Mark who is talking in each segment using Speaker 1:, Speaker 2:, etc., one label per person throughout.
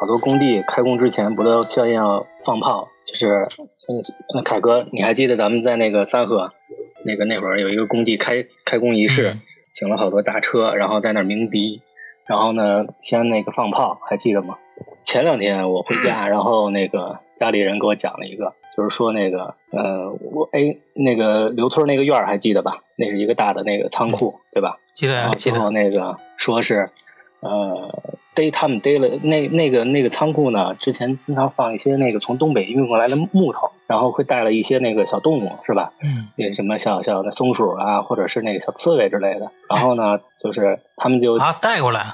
Speaker 1: 好多工地开工之前不都效应要放炮？就是，嗯，那凯哥，你还记得咱们在那个三河那个那会儿有一个工地开开工仪式，
Speaker 2: 嗯
Speaker 1: 请了好多大车，然后在那儿鸣笛，然后呢先那个放炮，还记得吗？前两天我回家，然后那个家里人给我讲了一个，就是说那个呃，我哎那个刘村那个院儿还记得吧？那是一个大的那个仓库，对吧？
Speaker 2: 记得
Speaker 1: 啊然
Speaker 2: 呀
Speaker 1: 后
Speaker 2: 啊记
Speaker 1: 最
Speaker 2: 得
Speaker 1: 后那个说是，呃，逮他们逮了那那个那个仓库呢，之前经常放一些那个从东北运过来的木头，然后会带了一些那个小动物，是吧？
Speaker 2: 嗯
Speaker 1: 那什么小小的松鼠啊，或者是那个小刺猬之类的。然后呢，就是他们就、
Speaker 2: 啊，带过来，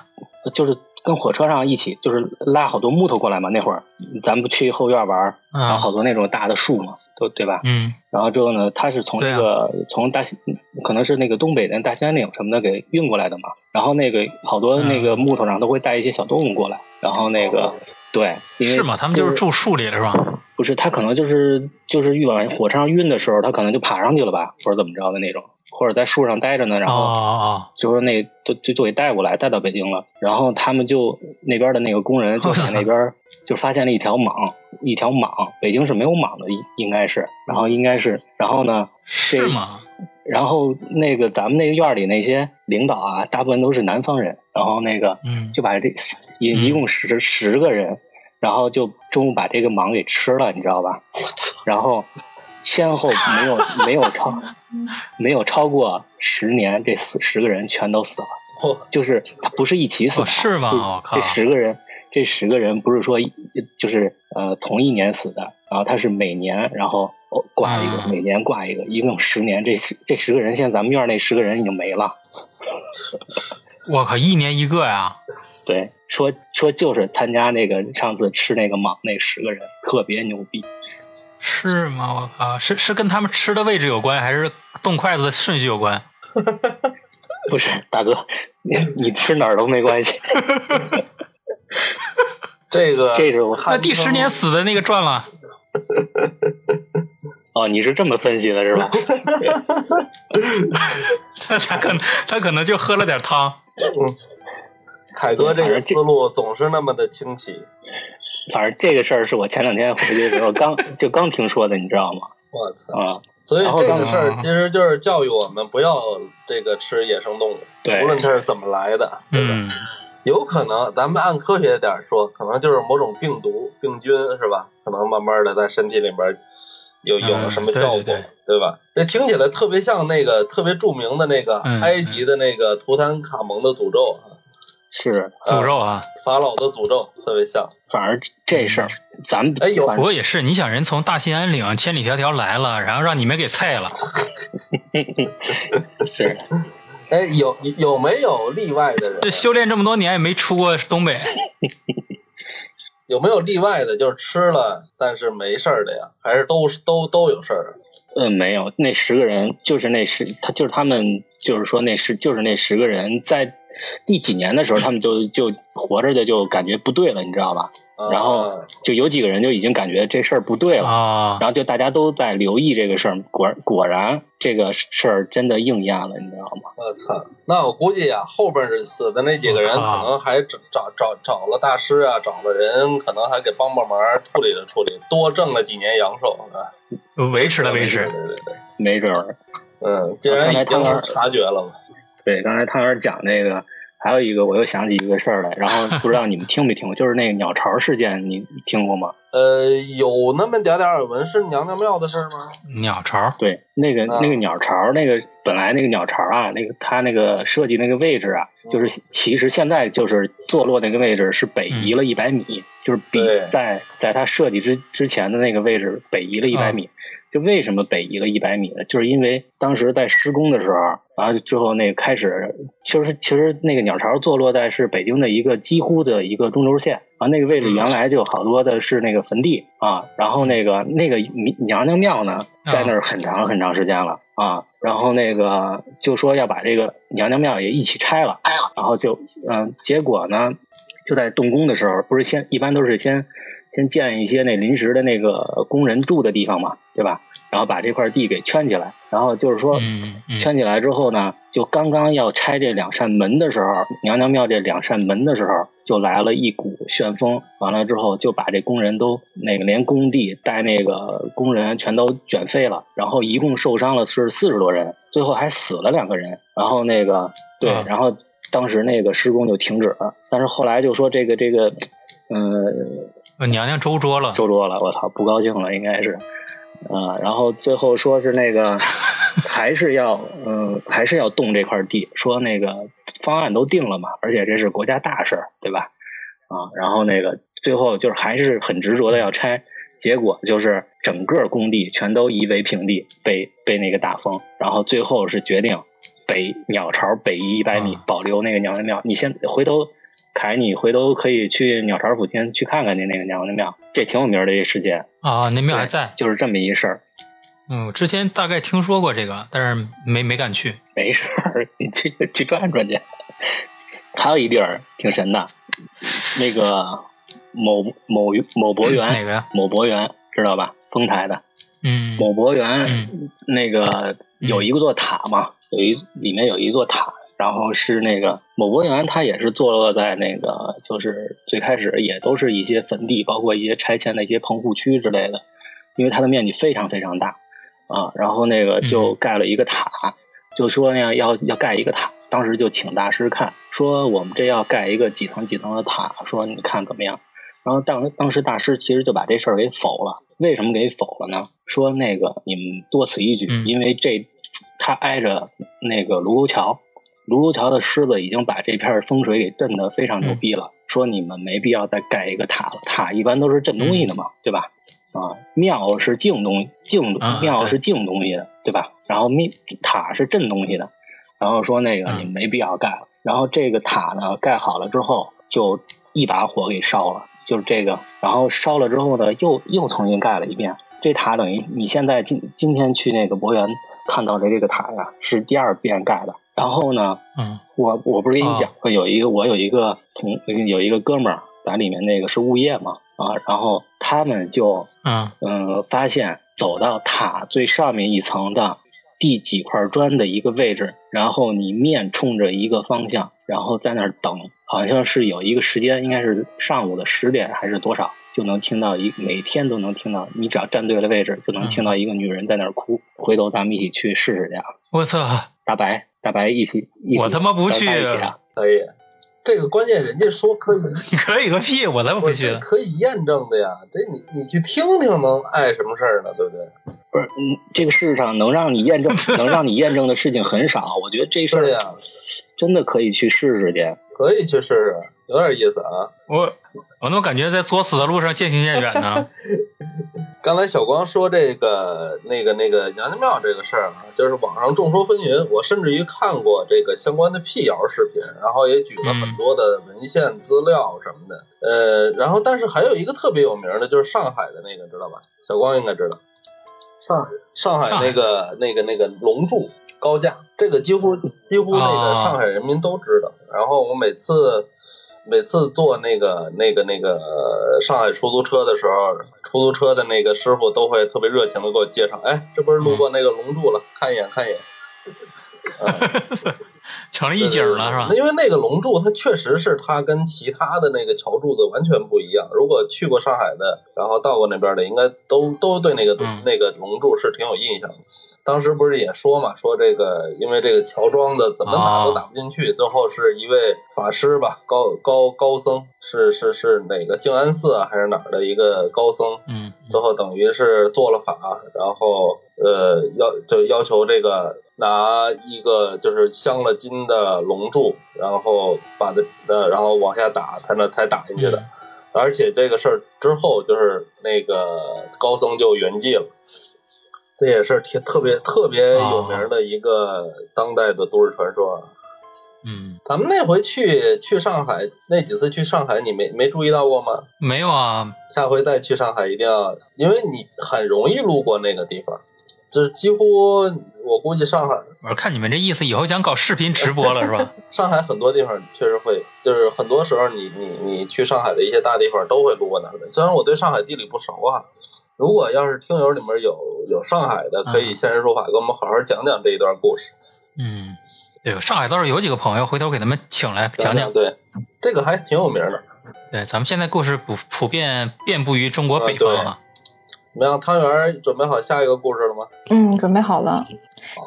Speaker 1: 就是跟火车上一起，就是拉好多木头过来嘛。那会儿咱们不去后院玩儿，然后
Speaker 2: 嗯
Speaker 1: 好多那种大的树嘛，都对吧？
Speaker 2: 嗯
Speaker 1: 然后之后呢，他是从
Speaker 2: 对
Speaker 1: 那
Speaker 2: 啊
Speaker 1: 个、从大兴，可能是那个东北的大兴安岭什么的给运过来的嘛。然后那个好多
Speaker 2: 嗯哦
Speaker 1: 那个木头上都会带一些小动物过来，然后那个、对，因为
Speaker 2: 是吗？他们就是住树里了是吧？
Speaker 1: 不是他可能就是就是运往火车上运的时候，他可能就爬上去了吧，或者怎么着的那种，或者在树上待着呢，然
Speaker 2: 哦
Speaker 1: 后
Speaker 2: 哦
Speaker 1: 就说那就就就给带过来，带到北京了。然后他们就那边的那个工人 就在那边就发现了一条蟒，一条蟒，北京是没有蟒的，应应该是，然后应该是，然后呢，
Speaker 2: 哦，是吗？
Speaker 1: 然后那个咱们那个院里那些领导啊，大部分都是南方人，然后那个
Speaker 2: 嗯
Speaker 1: 就把这一一共十十个人，然后就中午把这个蟒给吃了，你知道吧？然后先后没有没有超没有超过十年，这四十个人全都死了。
Speaker 3: 我
Speaker 1: 就是他不是一起死的、
Speaker 2: 哦是吗
Speaker 1: 这
Speaker 2: 我靠
Speaker 1: 这十个人，这十个人不是说一就是呃同一年死的，然后他是每年然后哦挂一个，
Speaker 2: 啊
Speaker 1: 每年挂一个，一共十年。这十这十个人，现在咱们院儿那十个人已经没了。
Speaker 2: 我靠，一年一个呀！
Speaker 1: 对，说说就是参加那个上次吃那个蟒那十个人特别牛逼，
Speaker 2: 是吗？我靠，是是跟他们吃的位置有关，还是动筷子的顺序有关？
Speaker 1: 不是大哥，你你吃哪儿都没关系。
Speaker 3: 这个
Speaker 1: 这是我
Speaker 2: 那
Speaker 3: 汉
Speaker 2: 第十年死的那个赚了，
Speaker 1: 哦，你是这么分析的是吧？
Speaker 2: 他他可能他可能就喝了点汤。
Speaker 3: 凯哥
Speaker 1: 哎
Speaker 3: 这个思路总是那么的清奇。
Speaker 1: 反正这个事儿是我前两天回去的时候刚就刚听说的，你知道吗？
Speaker 3: 我操！
Speaker 1: 啊、
Speaker 3: 所以
Speaker 1: 然后
Speaker 3: 这个
Speaker 1: 刚
Speaker 3: 事儿其实就是教育我们不要这个吃野生动物，
Speaker 1: 对
Speaker 3: 无论它是怎么来的，对吧？
Speaker 2: 嗯，
Speaker 3: 有可能咱们按科学点儿说，可能就是某种病毒、病菌是吧？可能慢慢的在身体里边有有了什么效果，
Speaker 2: 嗯对对对
Speaker 3: 吧？这听起来特别像那个特别著名的那个
Speaker 2: 嗯
Speaker 3: 埃及的那个图坦卡蒙的诅咒啊，
Speaker 1: 是，
Speaker 2: 诅咒啊！
Speaker 3: 法老的诅咒特别像。
Speaker 1: 反正这事儿咱们
Speaker 3: 哎有
Speaker 1: 反
Speaker 2: 不
Speaker 1: 正
Speaker 2: 过也是，你想人从大兴安岭千里迢迢来了，然后让你们给菜了，
Speaker 1: 是
Speaker 3: 哎，有有没有例外的人
Speaker 2: 这？修炼这么多年也没出过东北。
Speaker 3: 有没有例外的？就是吃了但是没事儿的呀？还是都都都有事儿？
Speaker 1: 嗯没有那十个人就是那十他就是他们就是说那十就是那十个人在第几年的时候他们就就活着的就感觉不对了，你知道吧？
Speaker 3: 啊、
Speaker 1: 然后就有几个人就已经感觉这事儿不对了，
Speaker 2: 啊
Speaker 1: 然后就大家都在留意这个事儿，果果然这个事儿真的应验了，你知道吗？
Speaker 3: 我操！那我估计呀、后边儿死的那几个人
Speaker 2: 我
Speaker 3: 可
Speaker 2: 靠
Speaker 3: 能还找找找找了大师啊，找了人，可能还给帮帮忙，处理了处理，多挣了几年阳寿啊。
Speaker 2: 维持了维
Speaker 3: 对
Speaker 2: 持。
Speaker 3: 对对对，
Speaker 1: 没准儿。
Speaker 3: 嗯，既然已经察觉了嘛，
Speaker 1: 对，刚才汤圆儿讲那个，还有一个我又想起一个事儿来，然后不知道你们听没听过，就是那个鸟巢事件，你听过吗？
Speaker 3: 呃，有那么点点耳闻，是娘娘庙的事儿吗？
Speaker 2: 鸟巢，
Speaker 1: 对，那个、
Speaker 3: 啊
Speaker 1: 那个鸟巢，那个本来那个鸟巢啊，那个它那个设计那个位置啊，就是
Speaker 3: 嗯
Speaker 1: 其实现在就是坐落那个位置是北移了一百米，就是比
Speaker 3: 对
Speaker 1: 在在它设计之之前的那个位置北移了一百米。就为什么北移了一百米呢？就是因为当时在施工的时候，然后最后那个开始，其实其实那个鸟巢坐落在是北京的一个几乎的一个中轴线啊，那个位置
Speaker 3: 嗯
Speaker 1: 原来就好多的是那个坟地啊，然后那个那个民娘娘庙呢，在那儿很长很长时间了啊。然后那个就说要把这个娘娘庙也一起拆了，然后就嗯、结果呢，就在动工的时候，不是先一般都是先先建一些那临时的那个工人住的地方嘛，对吧？然后把这块地给圈起来，然后就是说
Speaker 2: 嗯嗯
Speaker 1: 圈起来之后呢，就刚刚要拆这两扇门的时候，娘娘庙这两扇门的时候，就来了一股旋风，完了之后就把这工人都那个连工地带那个工人全都卷飞了，然后一共受伤了是四十多人，最后还死了两个人，然后那个对
Speaker 2: 啊，
Speaker 1: 然后当时那个施工就停止了，但是后来就说这个这个，呃，
Speaker 2: 呃娘娘周桌了，
Speaker 1: 周桌了，我操，不高兴了，应该是，啊、然后最后说是那个还是要，嗯、还是要动这块地，说那个方案都定了嘛，而且这是国家大事儿，对吧？啊，然后那个最后就是还是很执着的要拆，结果就是整个工地全都夷为平地，被被那个大风，然后最后是决定北鸟巢北移一百米
Speaker 2: 啊，
Speaker 1: 保留那个娘娘庙。你先回头，凯，你回头可以去鸟巢附近去看看那那个娘娘庙，这挺有名儿的一事件，
Speaker 2: 啊，那庙还
Speaker 1: 对
Speaker 2: 在。
Speaker 1: 就是这么一事儿。
Speaker 2: 嗯，我之前大概听说过这个，但是没没敢去。
Speaker 1: 没事儿，你去去转转去。还有一地儿挺神的，那个某某某博
Speaker 2: 哪
Speaker 1: 园，
Speaker 2: 个呀？
Speaker 1: 某博园知道吧？丰台的
Speaker 2: 嗯
Speaker 1: 某博园，
Speaker 2: 嗯
Speaker 1: 那个有一座塔嘛，有一里面有一座塔，然后是那个某博园，它也是坐落在那个，就是最开始也都是一些坟地，包括一些拆迁的一些棚户区之类的，因为它的面积非常非常大啊，然后那个就
Speaker 2: 嗯
Speaker 1: 盖了一个塔，就说呢要要盖一个塔，当时就请大师看，说我们这要盖一个几层几层的塔，说你看怎么样？然后当当时大师其实就把这事儿给否了。为什么给否了呢？说那个你们多此一举，
Speaker 2: 嗯
Speaker 1: 因为这它挨着那个卢沟桥，卢沟桥的狮子已经把这片风水给震得非常
Speaker 2: 嗯
Speaker 1: 牛逼了。说你们没必要再盖一个塔了，塔一般都是震东西
Speaker 2: 嗯
Speaker 1: 的嘛，对吧？啊，庙是静东静
Speaker 2: 啊
Speaker 1: 庙
Speaker 2: 对
Speaker 1: 是静东西的，对吧？然后密塔是震东西的，然后说那个
Speaker 2: 嗯
Speaker 1: 你没必要盖了。然后这个塔呢盖好了之后，就一把火给烧了，就是这个。然后烧了之后呢，又又重新盖了一遍。这塔等于你现在今今天去那个博园看到的这个塔呀，是第二遍盖的。然后呢，
Speaker 2: 嗯
Speaker 1: 我我不是跟你
Speaker 2: 啊
Speaker 1: 讲过有一个我有一个同有一个哥们儿在里面那个是物业嘛啊，然后他们就
Speaker 2: 嗯
Speaker 1: 嗯，发现走到塔最上面一层的第几块砖的一个位置，然后你面冲着一个方向，然后在那儿等，好像是有一个时间，应该是上午的十点还是多少，就能听到一每天都能听到，你只要站对了位置，就能听到一个女人在那儿哭。回头咱们一起去试试去啊，
Speaker 2: 我操，
Speaker 1: 大白，大白一起一起，
Speaker 2: 我他妈不
Speaker 1: 咱
Speaker 2: 去
Speaker 1: 仨一起啊！
Speaker 3: 可以。这个关键人家说可以，
Speaker 2: 可以个屁！我才不
Speaker 3: 我
Speaker 2: 去
Speaker 3: 这
Speaker 2: 呢。
Speaker 3: 可以验证的呀。这你你去听听能碍什么事儿呢？对不对？
Speaker 1: 不是，嗯，这个世上能让你验 证能让你验证的事情很少，我觉得这事儿
Speaker 3: 对呀
Speaker 1: 真的可以去试试去。
Speaker 3: 可以去试试，有点意思啊。
Speaker 2: 我我怎么感觉在作死的路上渐行渐远呢？
Speaker 3: 刚才小光说这个、那个、那个娘娘庙这个事儿啊，就是网上众说纷纭。我甚至于看过这个相关的辟谣视频，然后也举了很多的文献资料什么的。呃，然后但是还有一个特别有名的，就是上海的那个，知道吧？小光应该知道。上上海那个那个那个龙柱高架，这个几乎几乎那个
Speaker 2: 啊
Speaker 3: 上海人民都知道。然后我每次每次坐那个那个那个呃上海出租车的时候，出租车的那个师傅都会特别热情的给我介绍，哎，这不是路过那个龙柱了，看一眼看一眼。
Speaker 2: 成了一景了是吧
Speaker 3: 对？对对因为那个龙柱，它确实是它跟其他的那个桥柱子完全不一样。如果去过上海的，然后到过那边的，应该都都对那个、
Speaker 2: 嗯
Speaker 3: 那个龙柱是挺有印象的。当时不是也说嘛，说这个因为这个乔装的怎么打
Speaker 2: 哦
Speaker 3: 都打不进去，最后是一位法师吧，高高高僧，是是是哪个静安寺啊还是哪儿的一个高僧，
Speaker 2: 嗯，
Speaker 3: 最后等于是做了法，然后呃要就要求这个拿一个就是镶了金的龙柱，然后把它呃然后往下打才能才打进去的。
Speaker 2: 嗯
Speaker 3: 而且这个事儿之后就是那个高僧就圆寂了，这也是挺特别特别有名的一个当代的都市传说啊。
Speaker 2: 嗯，
Speaker 3: 咱们那回去去上海那几次去上海，你没没注意到过吗？
Speaker 2: 没有啊，
Speaker 3: 下回再去上海一定要，因为你很容易路过那个地方，就是几乎我估计上海
Speaker 2: 我看你们这意思，以后想搞视频直播了是吧？
Speaker 3: 上海很多地方确实会，就是很多时候你你你去上海的一些大地方都会路过南门。虽然我对上海地理不熟啊，如果要是听友里面有有上海的，可以现身说法，给我们好好讲讲这一段故事。
Speaker 2: 嗯，对，上海倒是有几个朋友，回头给他们请来讲讲。
Speaker 3: 对，这个还挺有名的。
Speaker 2: 对，咱们现在故事普普遍遍布于中国北方啊。
Speaker 3: 怎么样，汤圆准备好下一个故事了吗？
Speaker 4: 嗯，准备好了。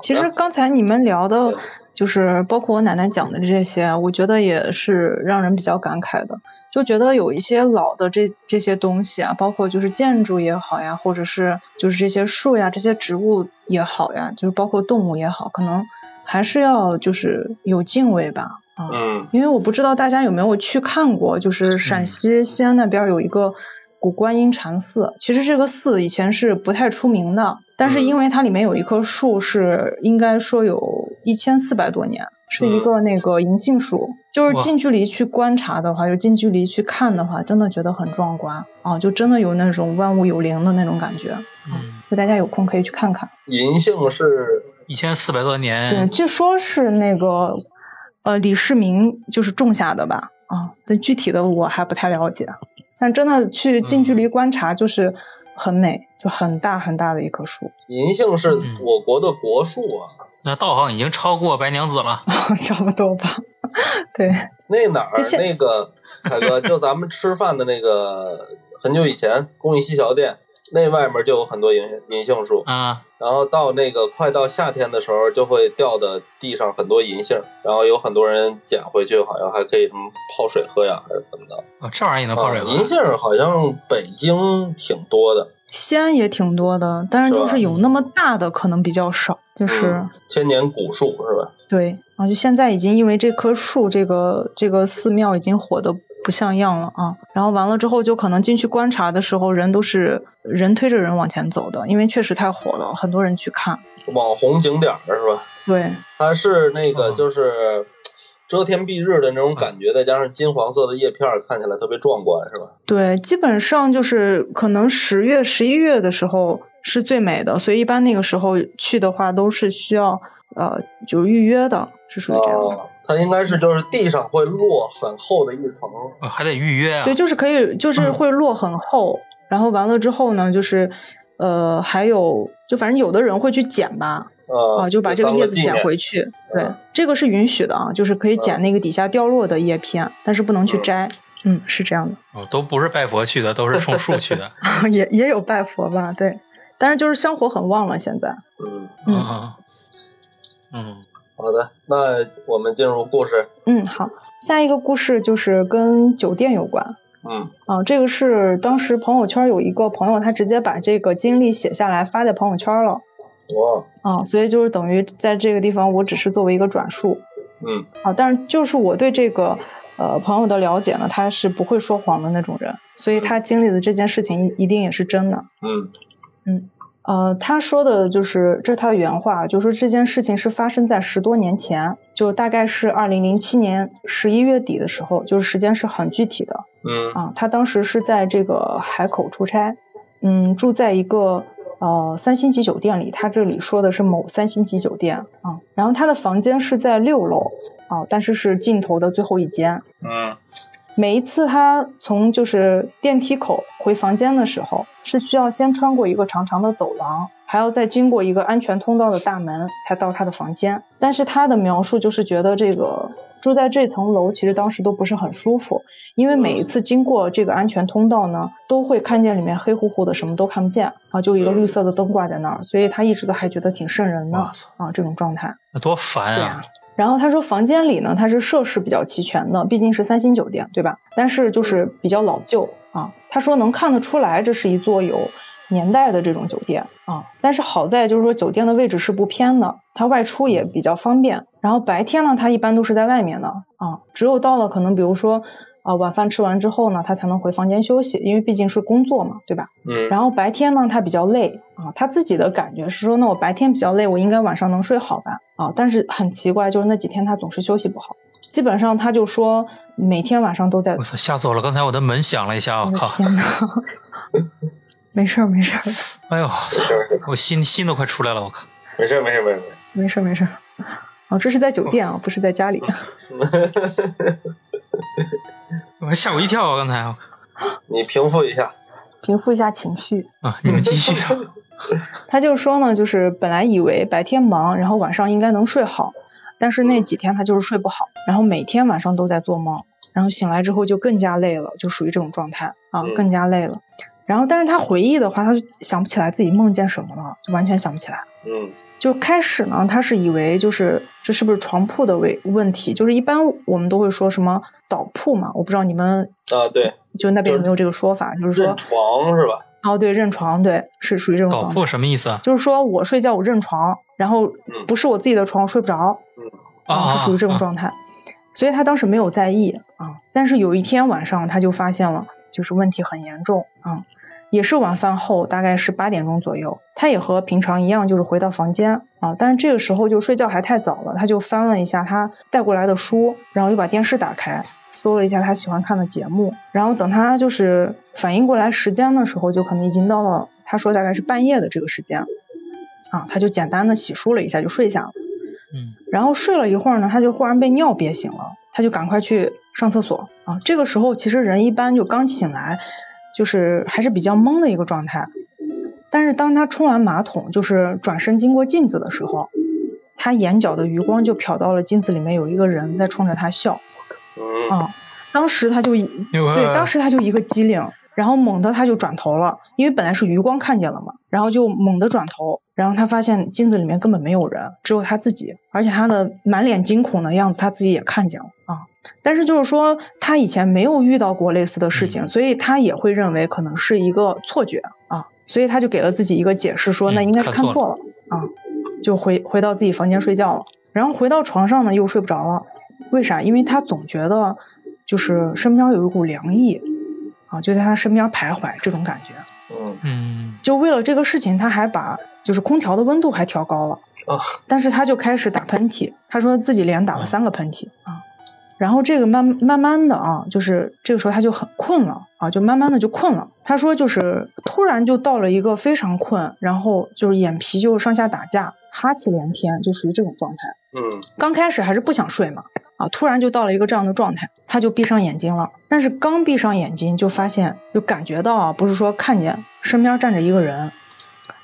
Speaker 4: 其实哦刚才你们聊的，就是包括我奶奶讲的这些，我觉得也是让人比较感慨的。就觉得有一些老的这这些东西啊，包括就是建筑也好呀，或者是就是这些树呀、这些植物也好呀，就是包括动物也好，可能还是要就是有敬畏吧。啊、
Speaker 3: 嗯，
Speaker 4: 因为我不知道大家有没有去看过，就是陕西西安那边有一个。古观音禅寺，其实这个寺以前是不太出名的，但是因为它里面有一棵树是应该说有一千四百多年，是一个那个银杏树，就是近距离去观察的话，就近距离去看的话，真的觉得很壮观啊，就真的有那种万物有灵的那种感觉。
Speaker 2: 嗯，
Speaker 4: 就大家有空可以去看看。
Speaker 3: 银杏是
Speaker 2: 一千四百多年，
Speaker 3: 嗯
Speaker 4: 对，据说是那个呃李世民就是种下的吧？啊，但具体的我还不太了解。但真的去近距
Speaker 3: 嗯
Speaker 4: 离观察，就是很美，就很大很大的一棵树。
Speaker 3: 银杏是
Speaker 2: 嗯
Speaker 3: 我国的国树啊，
Speaker 2: 那道行已经超过白娘子了，
Speaker 4: 差不多吧？对，
Speaker 3: 那哪儿
Speaker 4: 就现
Speaker 3: 那个凯哥，就咱们吃饭的那个很久以前公益西桥店那外面就有很多银银杏树，
Speaker 2: 啊，
Speaker 3: 然后到那个快到夏天的时候，就会掉的地上很多银杏，然后有很多人捡回去，好像还可以什么泡水喝呀，还是怎么的？
Speaker 2: 哦，这玩意儿也能泡水
Speaker 3: 啊
Speaker 2: 喝？
Speaker 3: 银杏好像北京挺多的，
Speaker 4: 西安也挺多的，但是
Speaker 3: 是吧
Speaker 4: 就是有那么大的可能比较少，就是、
Speaker 3: 嗯千年古树是吧？
Speaker 4: 对啊，就现在已经因为这棵树，这个这个寺庙已经火的不像样了啊。然后完了之后，就可能进去观察的时候，人都是人推着人往前走的，因为确实太火了，很多人去看。
Speaker 3: 网红景点儿是吧？
Speaker 4: 对，
Speaker 3: 它是那个
Speaker 2: 嗯
Speaker 3: 就是遮天蔽日的那种感觉，再加上金黄色的叶片儿，看起来特别壮观，是吧？
Speaker 4: 对，基本上就是可能十月、十一月的时候是最美的，所以一般那个时候去的话都是需要呃就是预约的，是属于这样的。
Speaker 3: 哦，它应该是就是地上会落很厚的一层，
Speaker 2: 哦还得预约啊。
Speaker 4: 对，就是可以，就是
Speaker 2: 嗯
Speaker 4: 会落很厚，然后完了之后呢，就是呃还有就反正有的人会去捡吧，
Speaker 3: 呃，
Speaker 4: 啊，就把这个
Speaker 3: 当
Speaker 4: 叶子
Speaker 3: 纪念
Speaker 4: 捡回去。对
Speaker 3: 嗯，
Speaker 4: 这个是允许的啊，就是可以捡那个底下掉落的叶片，但是不能去
Speaker 3: 嗯
Speaker 4: 摘。嗯，是这样的。
Speaker 2: 哦，都不是拜佛去的，都是冲树去的。
Speaker 4: 也也有拜佛吧，对，但是就是香火很旺了，现在。
Speaker 3: 嗯，
Speaker 4: 嗯
Speaker 2: 嗯嗯，
Speaker 3: 好的，那我们进入故事。
Speaker 4: 嗯，好，下一个故事就是跟酒店有关。
Speaker 3: 嗯
Speaker 4: 啊，这个是当时朋友圈有一个朋友，他直接把这个经历写下来发在朋友圈了
Speaker 3: 哇，
Speaker 4: 啊，所以就是等于在这个地方，我只是作为一个转述
Speaker 3: 嗯
Speaker 4: 啊，但是就是我对这个呃朋友的了解呢，他是不会说谎的那种人，所以他经历的这件事情一定也是真的。
Speaker 3: 嗯
Speaker 4: 呃，他说的就是，这是他的原话，就说这件事情是发生在十多年前，就大概是二零零七年十一月底的时候，就是时间是很具体的
Speaker 3: 嗯
Speaker 4: 啊。他当时是在这个海口出差，嗯，住在一个呃三星级酒店里，他这里说的是某三星级酒店啊。然后他的房间是在六楼啊，但是是尽头的最后一间。
Speaker 3: 嗯
Speaker 4: 每一次他从就是电梯口回房间的时候，是需要先穿过一个长长的走廊，还要再经过一个安全通道的大门才到他的房间。但是他的描述就是觉得这个住在这层楼其实当时都不是很舒服，因为每一次经过这个安全通道呢，都会看见里面黑乎乎的，什么都看不见啊，就一个绿色的灯挂在那儿，所以他一直都还觉得挺瘆人的
Speaker 2: 哇塞，
Speaker 4: 啊这种状态。
Speaker 2: 那多烦
Speaker 4: 对
Speaker 2: 啊
Speaker 4: 啊！然后他说，房间里呢，它是设施比较齐全的，毕竟是三星酒店，对吧？但是就是比较老旧啊。他说能看得出来，这是一座有年代的这种酒店啊。但是好在就是说酒店的位置是不偏的，他外出也比较方便。然后白天呢，他一般都是在外面的啊，只有到了可能比如说啊晚饭吃完之后呢，他才能回房间休息，因为毕竟是工作嘛，对吧？
Speaker 3: 嗯，
Speaker 4: 然后白天呢，他比较累啊，他自己的感觉是说，那我白天比较累，我应该晚上能睡好吧？啊，但是很奇怪，就是那几天他总是休息不好，基本上他就说每天晚上都在
Speaker 2: 我。操，吓死我了！刚才我的门响了一下，
Speaker 4: 我
Speaker 2: 我
Speaker 4: 的
Speaker 2: 靠！
Speaker 4: 天呐！ 没事儿，没事儿，
Speaker 2: 哎呦，
Speaker 3: 没事没事
Speaker 2: 我心心都快出来了，我靠！
Speaker 3: 没事没事没事
Speaker 4: 没事儿，没事儿。 啊，这是在酒店啊，不是在家里。
Speaker 3: 没事，
Speaker 2: 我还吓我一跳啊，刚才啊
Speaker 3: 你平复一下。
Speaker 4: 平复一下情绪。
Speaker 2: 啊，你们继续 啊，
Speaker 4: 他就说呢，就是本来以为白天忙，然后晚上应该能睡好，但是那几天他就是睡不好，然后每天晚上都在做梦，然后醒来之后就更加累了，就属于这种状态啊
Speaker 3: 嗯，
Speaker 4: 更加累了。然后，但是他回忆的话，他就想不起来自己梦见什么了，就完全想不起来。
Speaker 3: 嗯
Speaker 4: 就开始呢，他是以为就是这是不是床铺的问问题，就是一般我们都会说什么倒铺嘛，我不知道你们
Speaker 3: 啊，对，
Speaker 4: 就那边
Speaker 3: 就是
Speaker 4: 有没有这个说法，就是说
Speaker 3: 认床是吧？
Speaker 4: 哦对认床对是属于这种
Speaker 2: 倒
Speaker 4: 状态
Speaker 2: 破什么意思啊？
Speaker 4: 就是说我睡觉我认床，然后
Speaker 3: 嗯
Speaker 4: 不是我自己的床我睡不着，
Speaker 2: 啊，
Speaker 4: 是属于这种
Speaker 2: 啊
Speaker 4: 状态，所以他当时没有在意啊。但是有一天晚上他就发现了，就是问题很严重啊。也是晚饭后，大概是八点钟左右，他也和平常一样，就是回到房间啊。但是这个时候就睡觉还太早了，他就翻了一下他带过来的书，然后又把电视打开，搜了一下他喜欢看的节目。然后等他就是反应过来时间的时候，就可能已经到了他说大概是半夜的这个时间啊，他就简单的洗漱了一下就睡下了。
Speaker 2: 嗯，
Speaker 4: 然后睡了一会儿呢，他就忽然被尿憋醒了，他就赶快去上厕所啊。这个时候其实人一般就刚醒来，就是还是比较懵的一个状态。但是当他冲完马桶，就是转身经过镜子的时候，他眼角的余光就瞟到了镜子里面有一个人在冲着他笑
Speaker 3: 嗯
Speaker 4: 啊。当时他就一
Speaker 2: 因为
Speaker 4: 对，当时他就一个机灵，然后猛地他就转头了，因为本来是余光看见了嘛，然后就猛地转头，然后他发现镜子里面根本没有人，只有他自己，而且他的满脸惊恐的样子他自己也看见了啊。但是就是说，他以前没有遇到过类似的事情，所以他也会认为可能是一个错觉啊，所以他就给了自己一个解释说，
Speaker 2: 嗯
Speaker 4: 那应该是
Speaker 2: 看
Speaker 4: 看
Speaker 2: 错
Speaker 4: 错了啊，就回回到自己房间睡觉了。然后回到床上呢，又睡不着了，为啥？因为他总觉得就是身边有一股凉意啊，就在他身边徘徊这种感觉。
Speaker 3: 嗯
Speaker 2: 嗯，
Speaker 4: 就为了这个事情，他还把就是空调的温度还调高了
Speaker 3: 啊，
Speaker 4: 但是他就开始打喷嚏，他说自己连打了三个喷嚏啊。然后这个慢慢慢的啊，就是这个时候他就很困了啊，就慢慢的就困了。他说就是突然就到了一个非常困，然后就是眼皮就上下打架，哈气连天，就属于这种状态。
Speaker 3: 嗯
Speaker 4: 刚开始还是不想睡嘛，啊，突然就到了一个这样的状态，他就闭上眼睛了。但是刚闭上眼睛就发现，就感觉到啊，不是说看见身边站着一个人，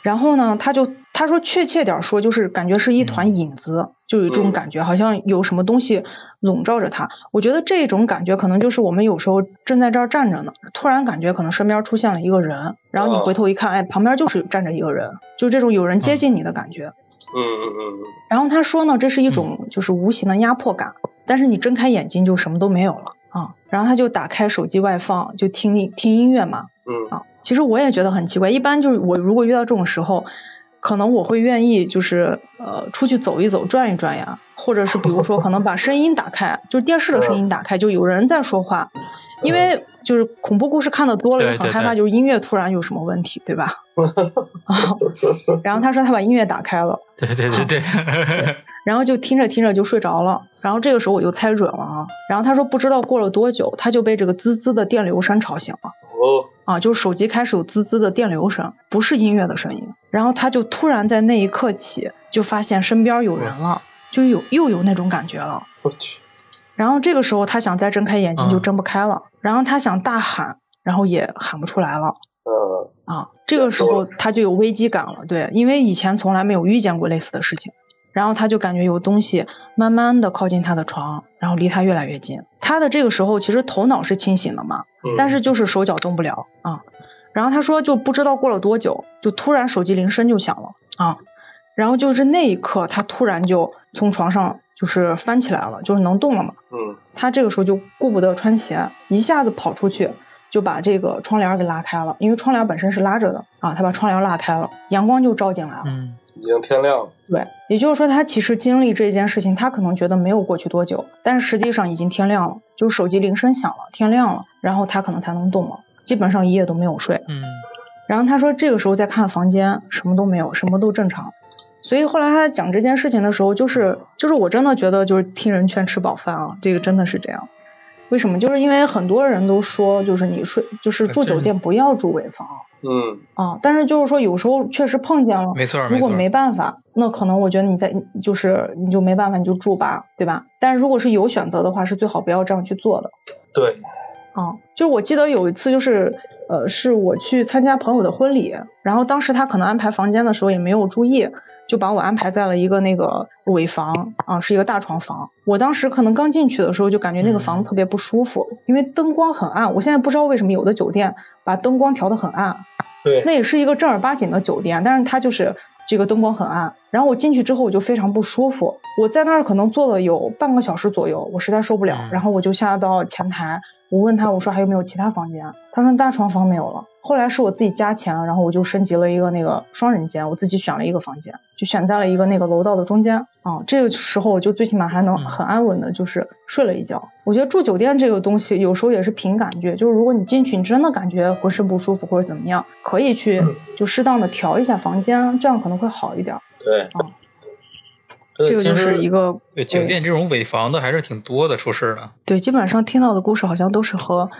Speaker 4: 然后呢，他就他说确切点儿说，就是感觉是一团影子，就有这种感觉，好像有什么东西笼罩着他。我觉得这种感觉可能就是我们有时候正在这儿站着呢，突然感觉可能身边出现了一个人，然后你
Speaker 3: 哦
Speaker 4: 回头一看，哎，旁边就是站着一个人，就这种有人接近你的感觉。
Speaker 3: 嗯嗯嗯
Speaker 4: 然后他说呢，这是一
Speaker 2: 嗯
Speaker 4: 种就是无形的压迫感，但是你睁开眼睛就什么都没有了啊。然后他就打开手机外放，就听音听音乐嘛
Speaker 3: 嗯
Speaker 4: 啊。其实我也觉得很奇怪，一般就是我如果遇到这种时候，可能我会愿意就是呃出去走一走、转一转呀，或者是 比如说可能把声音打开，就是电视
Speaker 2: 嗯
Speaker 4: 的声音打开，就有人在说话，因为就是恐怖故事看的多了，
Speaker 2: 对
Speaker 4: 也很
Speaker 2: 对
Speaker 4: 害怕，
Speaker 2: 对
Speaker 4: 就是音乐突然有什么问题，对 吧？啊，然后他说他把音乐打开了。
Speaker 2: 对对对对，
Speaker 4: 然后就听着听着就睡着了。然后这个时候我就猜准了啊。然后他说不知道过了多久，他就被这个滋滋的电流声吵醒了
Speaker 3: 哦
Speaker 4: 啊，就是手机开始有滋滋的电流声，不是音乐的声音。然后他就突然在那一刻起就发现身边有人了，就有又有那种感觉了。
Speaker 3: 我去
Speaker 4: 然后这个时候他想再睁开眼睛就
Speaker 2: 嗯
Speaker 4: 睁不开了，然后他想大喊，然后也喊不出来了。
Speaker 3: 嗯
Speaker 4: 啊，这个时候他就有危机感了，对，因为以前从来没有遇见过类似的事情，然后他就感觉有东西慢慢的靠近他的床，然后离他越来越近。他的这个时候其实头脑是清醒的嘛，
Speaker 3: 嗯
Speaker 4: 但是就是手脚动不了啊。然后他说就不知道过了多久，就突然手机铃声就响了啊，然后就是那一刻他突然就从床上就是翻起来了，就是能动了嘛。
Speaker 3: 嗯
Speaker 4: 他这个时候就顾不得穿鞋，一下子跑出去，就把这个窗帘给拉开了，因为窗帘本身是拉着的啊，他把窗帘拉开了，阳光就照进来了。
Speaker 2: 嗯
Speaker 3: 已经天亮了，
Speaker 4: 对，也就是说，他其实经历这件事情，他可能觉得没有过去多久，但是实际上已经天亮了，就是手机铃声响了，天亮了，然后他可能才能动了，基本上一夜都没有睡。
Speaker 2: 嗯，
Speaker 4: 然后他说这个时候再看房间，什么都没有，什么都正常。所以后来他讲这件事情的时候，就是就是我真的觉得就是听人劝吃饱饭啊，这个真的是这样。为什么？就是因为很多人都说，就是你睡，就是住酒店不要住尾房
Speaker 3: 嗯
Speaker 4: 啊。但是就是说，有时候确实碰见了，
Speaker 2: 没错，
Speaker 4: 如
Speaker 2: 错
Speaker 4: 果没办法，那可能我觉得你在就是你就没办法，你就住吧，对吧？但是如果是有选择的话，是最好不要这样去做的。
Speaker 3: 对，
Speaker 4: 啊，就是我记得有一次，就是呃，是我去参加朋友的婚礼，然后当时他可能安排房间的时候也没有注意，就把我安排在了一个那个尾房啊，是一个大床房。我当时可能刚进去的时候就感觉那个房子特别不舒服，因为灯光很暗。我现在不知道为什么有的酒店把灯光调得很暗，
Speaker 3: 对
Speaker 4: 那也是一个正儿八经的酒店，但是它就是这个灯光很暗。然后我进去之后我就非常不舒服，我在那儿可能坐了有半个小时左右，我实在受不了，
Speaker 2: 嗯
Speaker 4: 然后我就下到前台，我问他我说还有没有其他房间，啊他说大床房没有了。后来是我自己加钱，然后我就升级了一个那个双人间，我自己选了一个房间，就选在了一个那个楼道的中间啊。这个时候我就最起码还能
Speaker 2: 嗯
Speaker 4: 很安稳的，就是睡了一觉。我觉得住酒店这个东西有时候也是凭感觉，就是如果你进去你真的感觉浑身不舒服或者怎么样，可以去
Speaker 2: 嗯
Speaker 4: 就适当的调一下房间，这样可能会好一点。
Speaker 3: 对
Speaker 4: 哦，
Speaker 3: 这
Speaker 4: 这个就是一个
Speaker 2: 对酒店这种尾房的还是挺多的，出事的。
Speaker 4: 对，基本上听到的故事好像都是和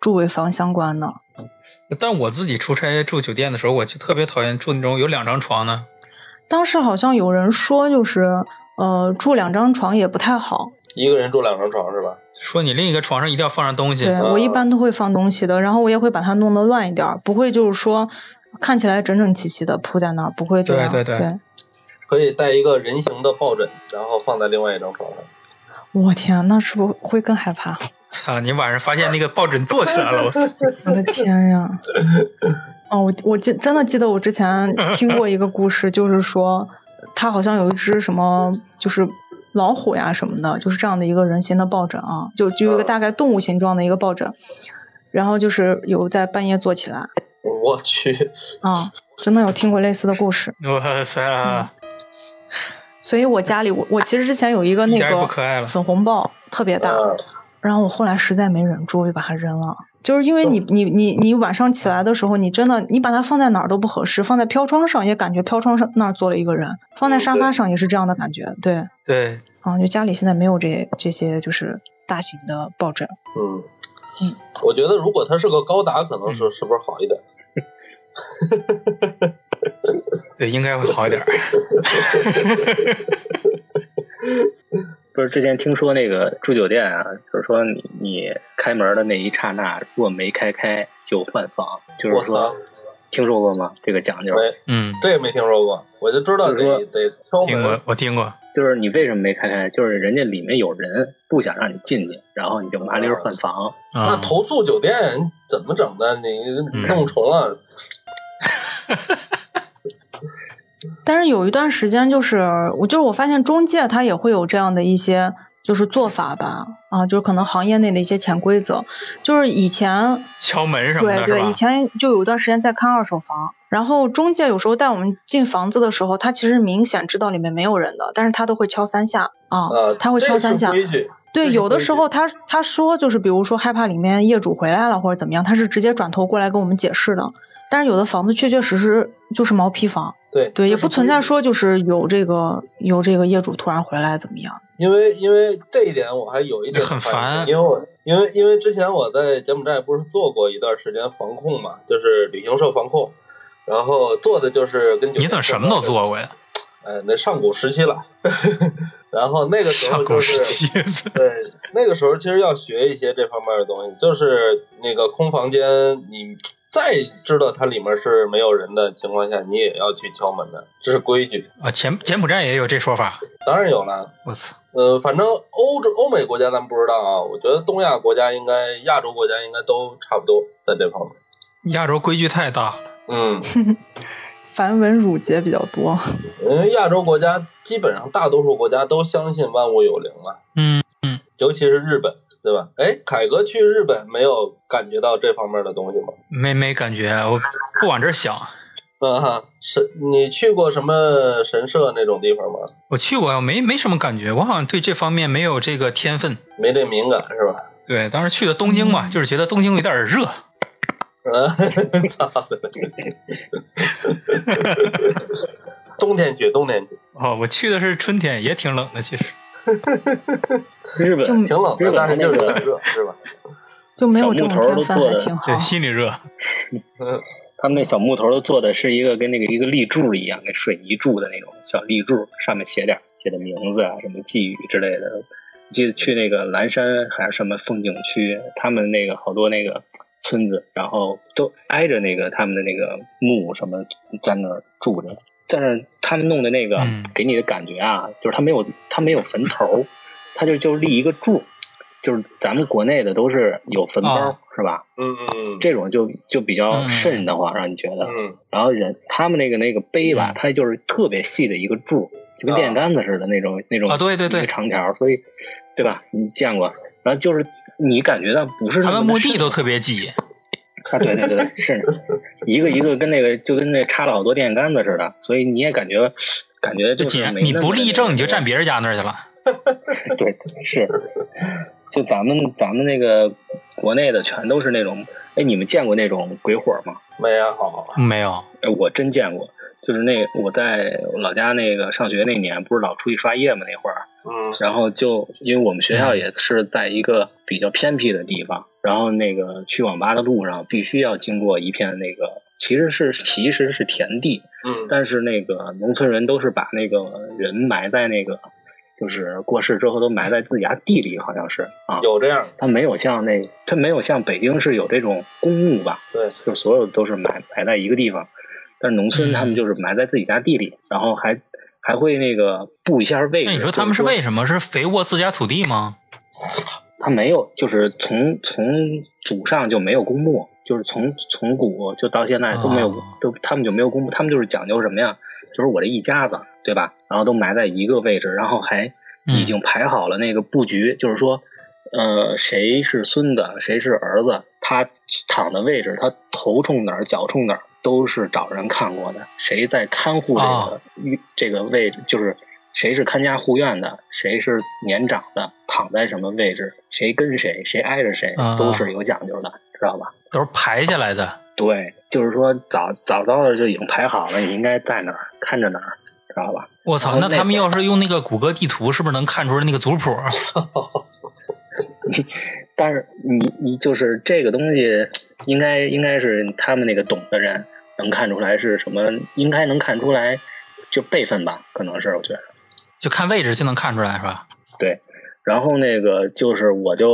Speaker 4: 住尾房相关的。
Speaker 2: 但我自己出差住酒店的时候，我就特别讨厌住那种有两张床的。
Speaker 4: 当时好像有人说，就是呃，住两张床也不太好。
Speaker 3: 一个人住两张床是吧？
Speaker 2: 说你另一个床上一定要放上东西，
Speaker 4: 对我一般都会放东西的，然后我也会把它弄得乱一点，儿，不会就是说看起来整整齐齐的铺在那儿，不会这
Speaker 2: 对
Speaker 4: 样。
Speaker 2: 对对
Speaker 3: 可以带一个人形的抱枕，然后放在另外一张床上。
Speaker 4: 我天，那是不是会更害怕？
Speaker 2: 操！你晚上发现那个抱枕坐起来了， 我
Speaker 4: 我的 天呀！哦，我我记真的记得我之前听过一个故 事，就是说他好像有一只什么，就是老虎呀什么的，就是这样的一个人形的抱枕啊，就就有一个大概动物形状的一个抱枕，然后就是有在半夜坐起来
Speaker 3: 我去，
Speaker 4: 啊，真的有听过类似的故事。
Speaker 2: 我
Speaker 4: 嗯
Speaker 2: 操！
Speaker 4: 所以我家里我我其实之前有一个那
Speaker 2: 一点也不可爱
Speaker 4: 个
Speaker 2: 了哦
Speaker 4: 粉红豹特别大，
Speaker 3: 嗯
Speaker 4: 然后我后来实在没忍住，我就把它扔了。就是因为你你你你晚上起来的时候，你真的你把它放在哪儿都不合适，放在飘窗上也感觉飘窗上那儿坐了一个人，放在
Speaker 3: 嗯
Speaker 4: 沙
Speaker 3: 对
Speaker 4: 发上也是这样的感觉。对，
Speaker 2: 对，
Speaker 4: 啊，就家里现在没有这这些就是大型的抱枕。
Speaker 3: 嗯
Speaker 4: 嗯，
Speaker 3: 我觉得如果它是个高达，可能是
Speaker 2: 嗯
Speaker 3: 是不是好一点？
Speaker 2: 对，应该会好一 点儿。
Speaker 1: 不是之前听说那个住酒店啊，就是说你你开门的那一刹那，如果没开开就换房，就是
Speaker 3: 我操
Speaker 1: 说听说过吗？这个讲究，
Speaker 3: 没，
Speaker 2: 嗯，
Speaker 3: 这没听说过，我就知道
Speaker 1: 就是说
Speaker 3: 得得敲
Speaker 2: 听
Speaker 3: 门
Speaker 2: 过，。嗯我听过。
Speaker 1: 就是你为什么没开开？就是人家里面有人不想让你进去，然后你就麻溜儿换房。
Speaker 3: 那
Speaker 2: 啊，
Speaker 3: 投诉酒店怎么整的？你
Speaker 2: 嗯
Speaker 3: 弄重了，
Speaker 4: 但是有一段时间，就是我就是我发现中介他也会有这样的一些就是做法吧，啊，就是可能行业内的一些潜规则，就是以前
Speaker 2: 敲门什么的，
Speaker 4: 对对，以
Speaker 2: 是吧？
Speaker 4: 前就有一段时间在看二手房，然后中介有时候带我们进房子的时候，他其实明显知道里面没有人的，但是他都会敲三下啊，
Speaker 3: 呃，
Speaker 4: 他会
Speaker 3: 这
Speaker 4: 敲
Speaker 3: 是
Speaker 4: 三下。
Speaker 3: 规矩，这
Speaker 4: 对，
Speaker 3: 是
Speaker 4: 有的
Speaker 3: 规矩
Speaker 4: 时候他他说就是，比如说害怕里面业主回来了或者怎么样，他是直接转头过来跟我们解释的。但是有的房子确确实实就是毛坯房，
Speaker 3: 对
Speaker 4: 对，也
Speaker 3: 这是
Speaker 4: 不存
Speaker 3: 规矩
Speaker 4: 在说就是有这个有这个业主突然回来怎么样。
Speaker 3: 因为因为这一点我还有一点
Speaker 2: 很
Speaker 3: 烦
Speaker 2: 烦
Speaker 3: 因为我因为因为之前我在柬埔寨不是做过一段时间防控嘛，就是旅行社防控，然后做的就是跟酒
Speaker 2: 你
Speaker 3: 店
Speaker 2: 怎么什么都
Speaker 3: 相关
Speaker 2: 做过呀？
Speaker 3: 的，呃，那上古时期了， 然后那个时候
Speaker 2: 上
Speaker 3: 就
Speaker 2: 古
Speaker 3: 是
Speaker 2: 时期，
Speaker 3: 对，那个时候其实要学一些这方面的东西，就是那个空房间，你再知道它里面是没有人的情况下，你也要去敲门的，这是规矩。
Speaker 2: 啊，柬柬埔寨也有这说法。
Speaker 3: 当然有了，
Speaker 2: 我操！
Speaker 3: 呃，反正欧洲、欧美国家咱不知道啊，我觉得东亚国家应该、亚洲国家应该都差不多在这方面。
Speaker 2: 亚洲规矩太大了。
Speaker 3: 嗯，
Speaker 4: 繁文缛节比较多，
Speaker 3: 因为亚洲国家基本上大多数国家都相信万物有灵了，
Speaker 2: 嗯，
Speaker 3: 尤其是日本，对吧？哎，凯哥去日本没有感觉到这方面的东西吗？
Speaker 2: 没没感觉，我不往这儿想。
Speaker 3: 啊哈，神，你去过什么神社那种地方吗？
Speaker 2: 我去过，我没没什么感觉，我好像对这方面没有这个天分。
Speaker 3: 没这敏感是吧？
Speaker 2: 对，当时去的东京嘛，
Speaker 4: 嗯
Speaker 2: 就是觉得东京有点热。
Speaker 3: 嗯， 操！冬天去，冬天去。
Speaker 2: 哦，我去的是春天，也挺冷的，其实。
Speaker 1: 日本
Speaker 4: 就
Speaker 3: 挺冷
Speaker 1: 日
Speaker 3: 的，
Speaker 1: 本
Speaker 3: 但是就是有
Speaker 1: 那个
Speaker 3: 点热，是吧？
Speaker 4: 就没有这
Speaker 1: 小
Speaker 4: 种
Speaker 1: 木头
Speaker 4: 天
Speaker 1: 都
Speaker 4: 分，
Speaker 1: 做
Speaker 4: 还
Speaker 1: 得
Speaker 4: 挺好
Speaker 2: 对，。心里热，
Speaker 3: 嗯，
Speaker 1: 他们那小木头都做的是一个跟那个一个立柱一样，跟水泥柱的那种小立柱，上面写点写的名字啊，什么寄语之类的。记得去那个蓝山还是什么风景区，他们那个好多那个村子，然后都挨着那个他们的那个墓什么，在那儿住着。但是他们弄的那个、
Speaker 2: 嗯
Speaker 1: 给你的感觉啊，就是他没有他没有坟头，他就就立一个柱，就是咱们国内的都是有坟包、
Speaker 2: 啊
Speaker 1: 是吧？
Speaker 3: 嗯嗯
Speaker 1: 这种就就比较
Speaker 2: 嗯
Speaker 1: 瘆得慌，让你觉得。
Speaker 3: 嗯
Speaker 1: 然后人他们那个那个碑吧
Speaker 2: 嗯，
Speaker 1: 它就是特别细的一个柱，就跟
Speaker 3: 啊
Speaker 1: 电线杆子似的那种那种
Speaker 2: 啊对对对
Speaker 1: 一个长条，所以对吧？你见过？然后就是你感觉到不是那
Speaker 2: 他
Speaker 1: 么
Speaker 2: 们墓地都
Speaker 1: 瘆
Speaker 2: 特别挤，
Speaker 1: 啊，对对对对，是一个一个跟那个就跟那插了好多电线杆子似的，所以你也感觉感觉就
Speaker 2: 姐
Speaker 1: 是，没
Speaker 2: 你
Speaker 1: 那
Speaker 2: 不
Speaker 1: 么
Speaker 2: 立
Speaker 1: 那
Speaker 2: 正
Speaker 1: 个
Speaker 2: 你就站别人家那儿去了。
Speaker 1: 对，是，就咱们咱们那个国内的全都是那种，哎，你们见过那种鬼火吗？
Speaker 3: 没有好，
Speaker 2: 没有，
Speaker 1: 哎，我真见过，就是那我在老家那个上学那年，不是老出去刷夜嘛那会儿，
Speaker 3: 嗯
Speaker 1: 然后就因为我们学校也是在一个比较偏僻的地方，然后那个去网吧的路上必须要经过一片那个其实是其实是田地，
Speaker 3: 嗯
Speaker 1: 但是那个农村人都是把那个人埋在那个就是过世之后都埋在自己家地里，好像是啊。
Speaker 3: 有这样的，
Speaker 1: 它没有像那，它没有像北京是有这种公墓吧？
Speaker 3: 对，
Speaker 1: 就所有都是埋埋在一个地方，但是农村
Speaker 2: 嗯
Speaker 1: 他们就是埋在自己家地里，然后还还会那个布一下位置。
Speaker 2: 那你说他们是
Speaker 1: 就是
Speaker 2: 为什么？是肥沃自家土地吗？
Speaker 1: 他没有，就是从从祖上就没有公墓，就是从从古就到现在都没有，
Speaker 2: 哦
Speaker 1: 都他们就没有公墓，他们就是讲究什么呀？就是我这一家子，对吧？然后都埋在一个位置，然后还
Speaker 2: 嗯
Speaker 1: 已经排好了那个布局，就是说，呃，谁是孙子，谁是儿子，他躺的位置，他头冲哪儿，脚冲哪儿，都是找人看过的。谁在看护这个、嗯
Speaker 2: 哦
Speaker 1: 这个位置，就是谁是看家护院的，谁是年长的，躺在什么位置，谁跟谁，谁挨着谁
Speaker 2: 啊，
Speaker 1: 都是有讲究的，知道吧？
Speaker 2: 都是排下来的。
Speaker 1: 对，就是说早早早的就已经排好了，你应该在哪儿，看着哪儿，知道吧？
Speaker 2: 我操，
Speaker 1: 然后
Speaker 2: 那
Speaker 1: 哦那
Speaker 2: 他们
Speaker 1: 会
Speaker 2: 要是用那个谷歌地图，是不是能看出来那个族谱？
Speaker 1: 但是你你就是这个东西，应该应该是他们那个懂的人能看出来是什么，应该能看出来就辈分吧，可能是我觉得。
Speaker 2: 就看位置就能看出来，是吧？
Speaker 1: 然后那个就是，我就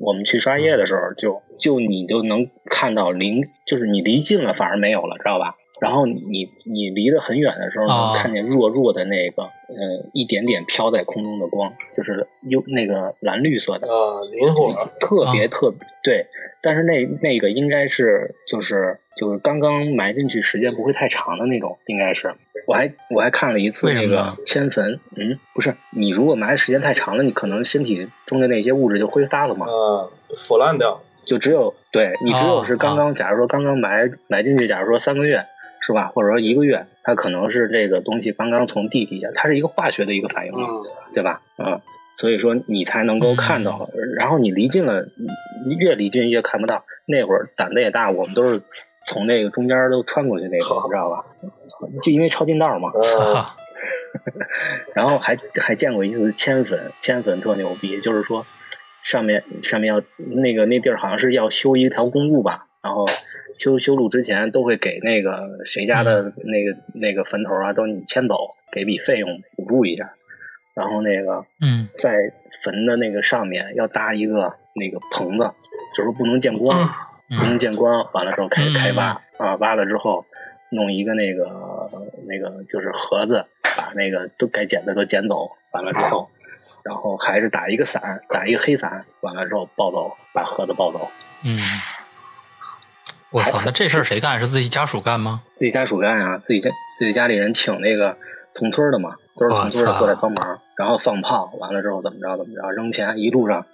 Speaker 1: 我们去刷夜的时候就，就你就能看到离，就是你离近了反而没有了，知道吧？然后你你离得很远的时候，
Speaker 2: 哦
Speaker 1: 能看见弱弱的那个呃一点点飘在空中的光，就是有那个蓝绿色的，
Speaker 3: 啊，林火，
Speaker 1: 特
Speaker 2: 啊
Speaker 1: 别特、对，但是那那个应该是就是就是刚刚埋进去时间不会太长的那种，应该是。我还我还看了一次
Speaker 2: 为什
Speaker 1: 那
Speaker 2: 么
Speaker 1: 个
Speaker 2: 呢
Speaker 1: 迁坟，嗯，不是，你如果埋的时间太长了，你可能身体中的那些物质就挥发了嘛，
Speaker 3: 嗯，腐烂掉，
Speaker 1: 就只有对你只
Speaker 2: 哦
Speaker 1: 有是刚刚，假如说刚刚埋埋进去，假如说三个月是吧，或者说一个月，它可能是这个东西刚刚从地底下，它是一个化学的一个反应嘛，
Speaker 3: 嗯
Speaker 1: 对吧？嗯，所以说你才能够看到，然后你离近了，你越离近越看不到。那会儿胆子也大，我们都是从那个中间都穿过去那种，
Speaker 3: 好
Speaker 1: 你知道吧？就因为抄近道嘛。
Speaker 3: 嗯，
Speaker 2: 操，
Speaker 1: 然后还还见过一次迁坟，迁坟特牛逼，就是说上面上面要那个那地儿好像是要修一条公路吧，然后修修路之前都会给那个谁家的那个、那个坟头啊，都你迁走，给笔费用补助一下。然后那个
Speaker 2: 嗯，
Speaker 1: 在坟的那个上面要搭一个那个棚子，就是不能见光，
Speaker 2: 嗯
Speaker 1: 不能见光。完了之后开
Speaker 2: 嗯
Speaker 1: 开挖啊，挖了之后弄一个那个那个就是盒子，把那个都该捡的都捡走。完了之后，然后还是打一个伞，打一个黑伞。完了之后抱走，把盒子抱走。
Speaker 2: 嗯，我操，那这事儿谁干？是自己家属干吗？
Speaker 1: 自己家属干啊，自己家自己家里人请那个同村的嘛，都是同村的
Speaker 2: 哇塞
Speaker 1: 过来帮忙，然后放炮，完了之后怎么着怎么着，扔钱，一路上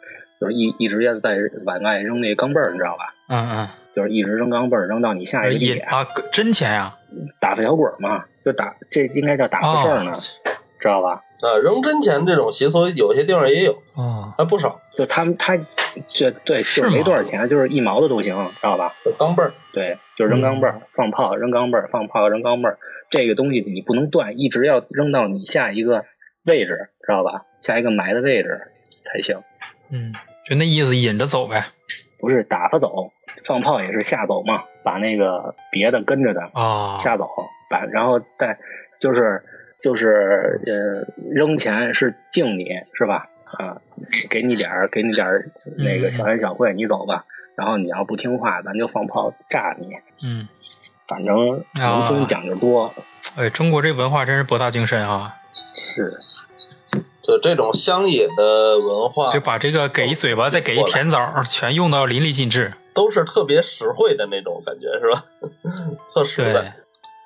Speaker 1: 就是一一直要在往外扔那钢镚儿，你知道吧？
Speaker 2: 嗯
Speaker 1: 就是一直扔钢镚儿，扔到你下一
Speaker 2: 嗯，
Speaker 1: 个地
Speaker 2: 也
Speaker 1: 点，
Speaker 2: 啊，真钱呀！
Speaker 1: 打发小鬼儿嘛，就打这应该叫打发事儿呢，知道吧？
Speaker 3: 啊，扔真钱这种习俗有些地方也有，
Speaker 2: 哦，
Speaker 3: 还不少，
Speaker 1: 就他们他这对
Speaker 2: 是
Speaker 1: 就没
Speaker 2: 吗
Speaker 1: 多少钱，就是一毛的都行，知道吧？
Speaker 3: 就钢镚儿，
Speaker 1: 对，就是扔钢镚儿、放炮、扔钢镚儿、放炮、扔钢镚儿，这个东西你不能断，一直要扔到你下一个位置，知道吧？下一个埋的位置才行，
Speaker 2: 嗯，就那意思引着走呗。
Speaker 1: 不是打发走，放炮也是吓走嘛，把那个别的跟着的
Speaker 2: 啊，
Speaker 1: 吓走，把然后再就是就是呃扔钱是敬你是吧？啊，给你点儿给你点儿那个小恩小惠，你走吧。然后你要不听话，咱就放炮炸你。
Speaker 2: 嗯，
Speaker 1: 反正农村讲究多，
Speaker 2: 哎，中国这文化真是博大精深啊，
Speaker 1: 是
Speaker 3: 就这种乡野的文化
Speaker 2: 就，把这个给一嘴巴，再给一甜枣儿，全用到淋漓尽致。
Speaker 3: 都是特别实惠的那种感觉，是吧？ 特实
Speaker 2: 对
Speaker 3: 在。，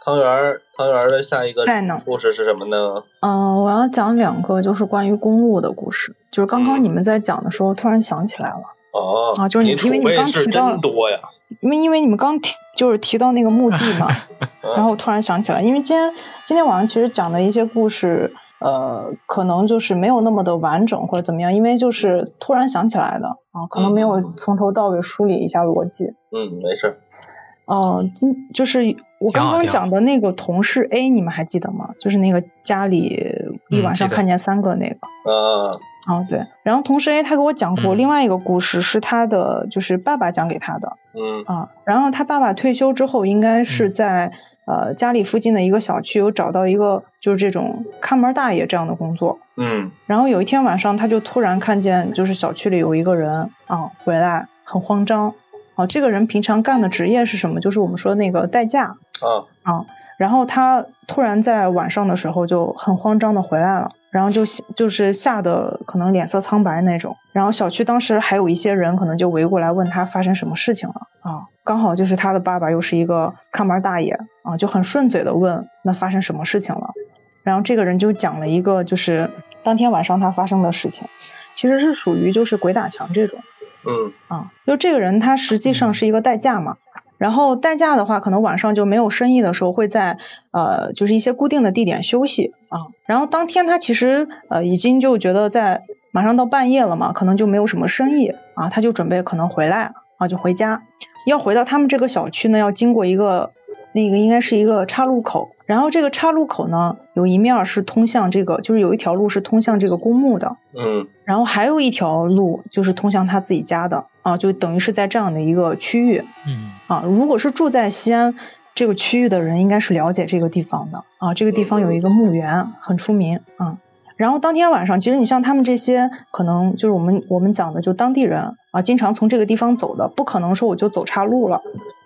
Speaker 3: 汤圆儿，汤圆儿的下一个
Speaker 4: 在呢
Speaker 3: 故事是什么呢？
Speaker 4: 嗯，我要讲两个就是关于公路的故事，就是
Speaker 2: 嗯
Speaker 4: 刚刚你们在讲的时候，突然想起来了，
Speaker 3: 哦，
Speaker 4: 啊就是你
Speaker 3: 你
Speaker 4: 因为你
Speaker 3: 储备
Speaker 4: 刚
Speaker 3: 是
Speaker 4: 提到
Speaker 3: 真多呀。
Speaker 4: 因为因为你们刚提就是提到那个墓地 嘛，然后我突然想起来，因为今天今天晚上其实讲的一些故事，呃，可能就是没有那么的完整或者怎么样，因为就是突然想起来的啊，可能没有
Speaker 3: 嗯
Speaker 4: 从头到尾梳理一下逻辑。
Speaker 3: 嗯，没事儿。
Speaker 4: 哦，今就是我
Speaker 2: 挺
Speaker 4: 刚
Speaker 2: 好
Speaker 4: 刚
Speaker 2: 挺好
Speaker 4: 讲的那个同事 A，你们还记得吗？就是那个家里一
Speaker 2: 嗯
Speaker 4: 晚
Speaker 2: 记
Speaker 4: 上
Speaker 2: 得
Speaker 4: 看见三个那个。
Speaker 3: 啊，
Speaker 4: 哦，对，然后同事 A 他给我讲过
Speaker 2: 嗯
Speaker 4: 另外一个故事，是他的就是爸爸讲给他的
Speaker 3: 嗯
Speaker 4: 啊。然后他爸爸退休之后，应该是
Speaker 2: 嗯
Speaker 4: 在、呃家里附近的一个小区有找到一个就是这种看门大爷这样的工作。
Speaker 3: 嗯
Speaker 4: 然后有一天晚上，他就突然看见就是小区里有一个人啊回来，很慌张。哦、这个人平常干的职业是什么？就是我们说那个代驾。
Speaker 3: 啊，
Speaker 4: 嗯然后他突然在晚上的时候就很慌张的回来了，然后就吓就是吓得可能脸色苍白那种。然后小区当时还有一些人可能就围过来问他发生什么事情了啊，刚好就是他的爸爸又是一个看门大爷啊，就很顺嘴的问那发生什么事情了。然后这个人就讲了一个就是当天晚上他发生的事情，其实是属于就是鬼打墙这种。
Speaker 3: 嗯
Speaker 4: 啊，就这个人他实际上是一个代驾嘛，然后代驾的话，可能晚上就没有生意的时候会在呃，就是一些固定的地点休息啊。然后当天他其实呃已经就觉得在马上到半夜了嘛，可能就没有什么生意啊，他就准备可能回来啊，就回家。要回到他们这个小区呢，要经过一个那个应该是一个岔路口，然后这个岔路口呢有一面儿是通向这个，就是有一条路是通向这个公墓的，
Speaker 3: 嗯
Speaker 4: 然后还有一条路就是通向他自己家的啊，就等于是在这样的一个区域
Speaker 2: 嗯，
Speaker 4: 啊。如果是住在西安这个区域的人，应该是了解这个地方的啊。这个地方有一个墓园，很出名啊。然后当天晚上，其实你像他们这些，可能就是我们我们讲的，就当地人啊，经常从这个地方走的，不可能说我就走岔路了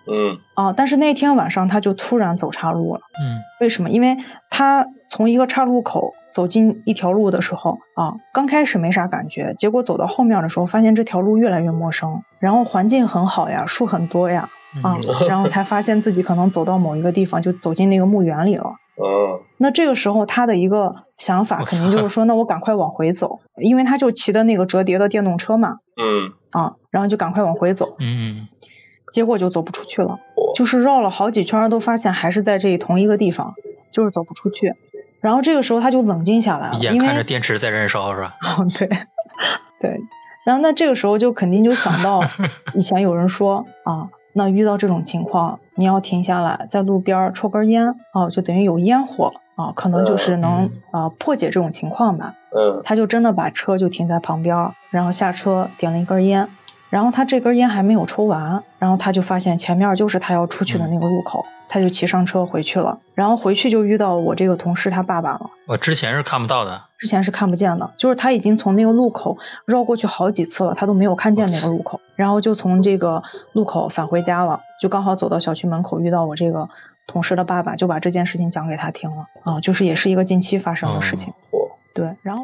Speaker 3: 嗯
Speaker 4: 啊。但是那天晚上他就突然走岔路了。
Speaker 2: 嗯，
Speaker 4: 为什么？因为他从一个岔路口走进一条路的时候啊，刚开始没啥感觉，结果走到后面的时候，发现这条路越来越陌生，然后环境很好呀，树很多呀，
Speaker 2: 嗯
Speaker 4: 啊，然后才发现自己可能走到某一个地方，就走进那个墓园里了。
Speaker 3: 嗯
Speaker 4: 那这个时候他的一个想法
Speaker 2: 我
Speaker 4: 肯定就是说，那我赶快往回走，因为他就骑的那个折叠的电动车嘛，
Speaker 3: 嗯，
Speaker 4: 啊，然后就赶快往回走，
Speaker 2: 嗯
Speaker 4: 结果就走不出去了。
Speaker 2: 哦
Speaker 3: 我
Speaker 4: 就是绕了好几圈儿，都发现还是在这同一个地方，就是走不出去。然后这个时候他就冷静下来了，
Speaker 2: 嗯，眼
Speaker 4: 啊因为
Speaker 2: 看着电池在燃烧是吧？
Speaker 4: 哦，对， 对。然后那这个时候就肯定就想 到以前有人说啊，那遇到这种情况，你要停下来，在路边儿抽根烟啊，就等于有烟火啊，可能就是能
Speaker 2: 嗯
Speaker 4: 啊破解这种情况吧。
Speaker 3: 嗯
Speaker 4: 他就真的把车就停在旁边儿，然后下车点了一根烟，然后他这根烟还没有抽完，然后他就发现前面就是他要出去的那个路口，他就骑上车回去了，然后回去就遇到我这个同事他爸爸了。
Speaker 2: 我之前是看不到的，
Speaker 4: 之前是看不见的，就是他已经从那个路口绕过去好几次了，他都没有看见那个路口，然后就从这个路口返回家了，就刚好走到小区门口遇到我这个同事的爸爸，就把这件事情讲给他听了啊，就是也是一个近期发生的事情，
Speaker 3: 我
Speaker 4: 对，然后。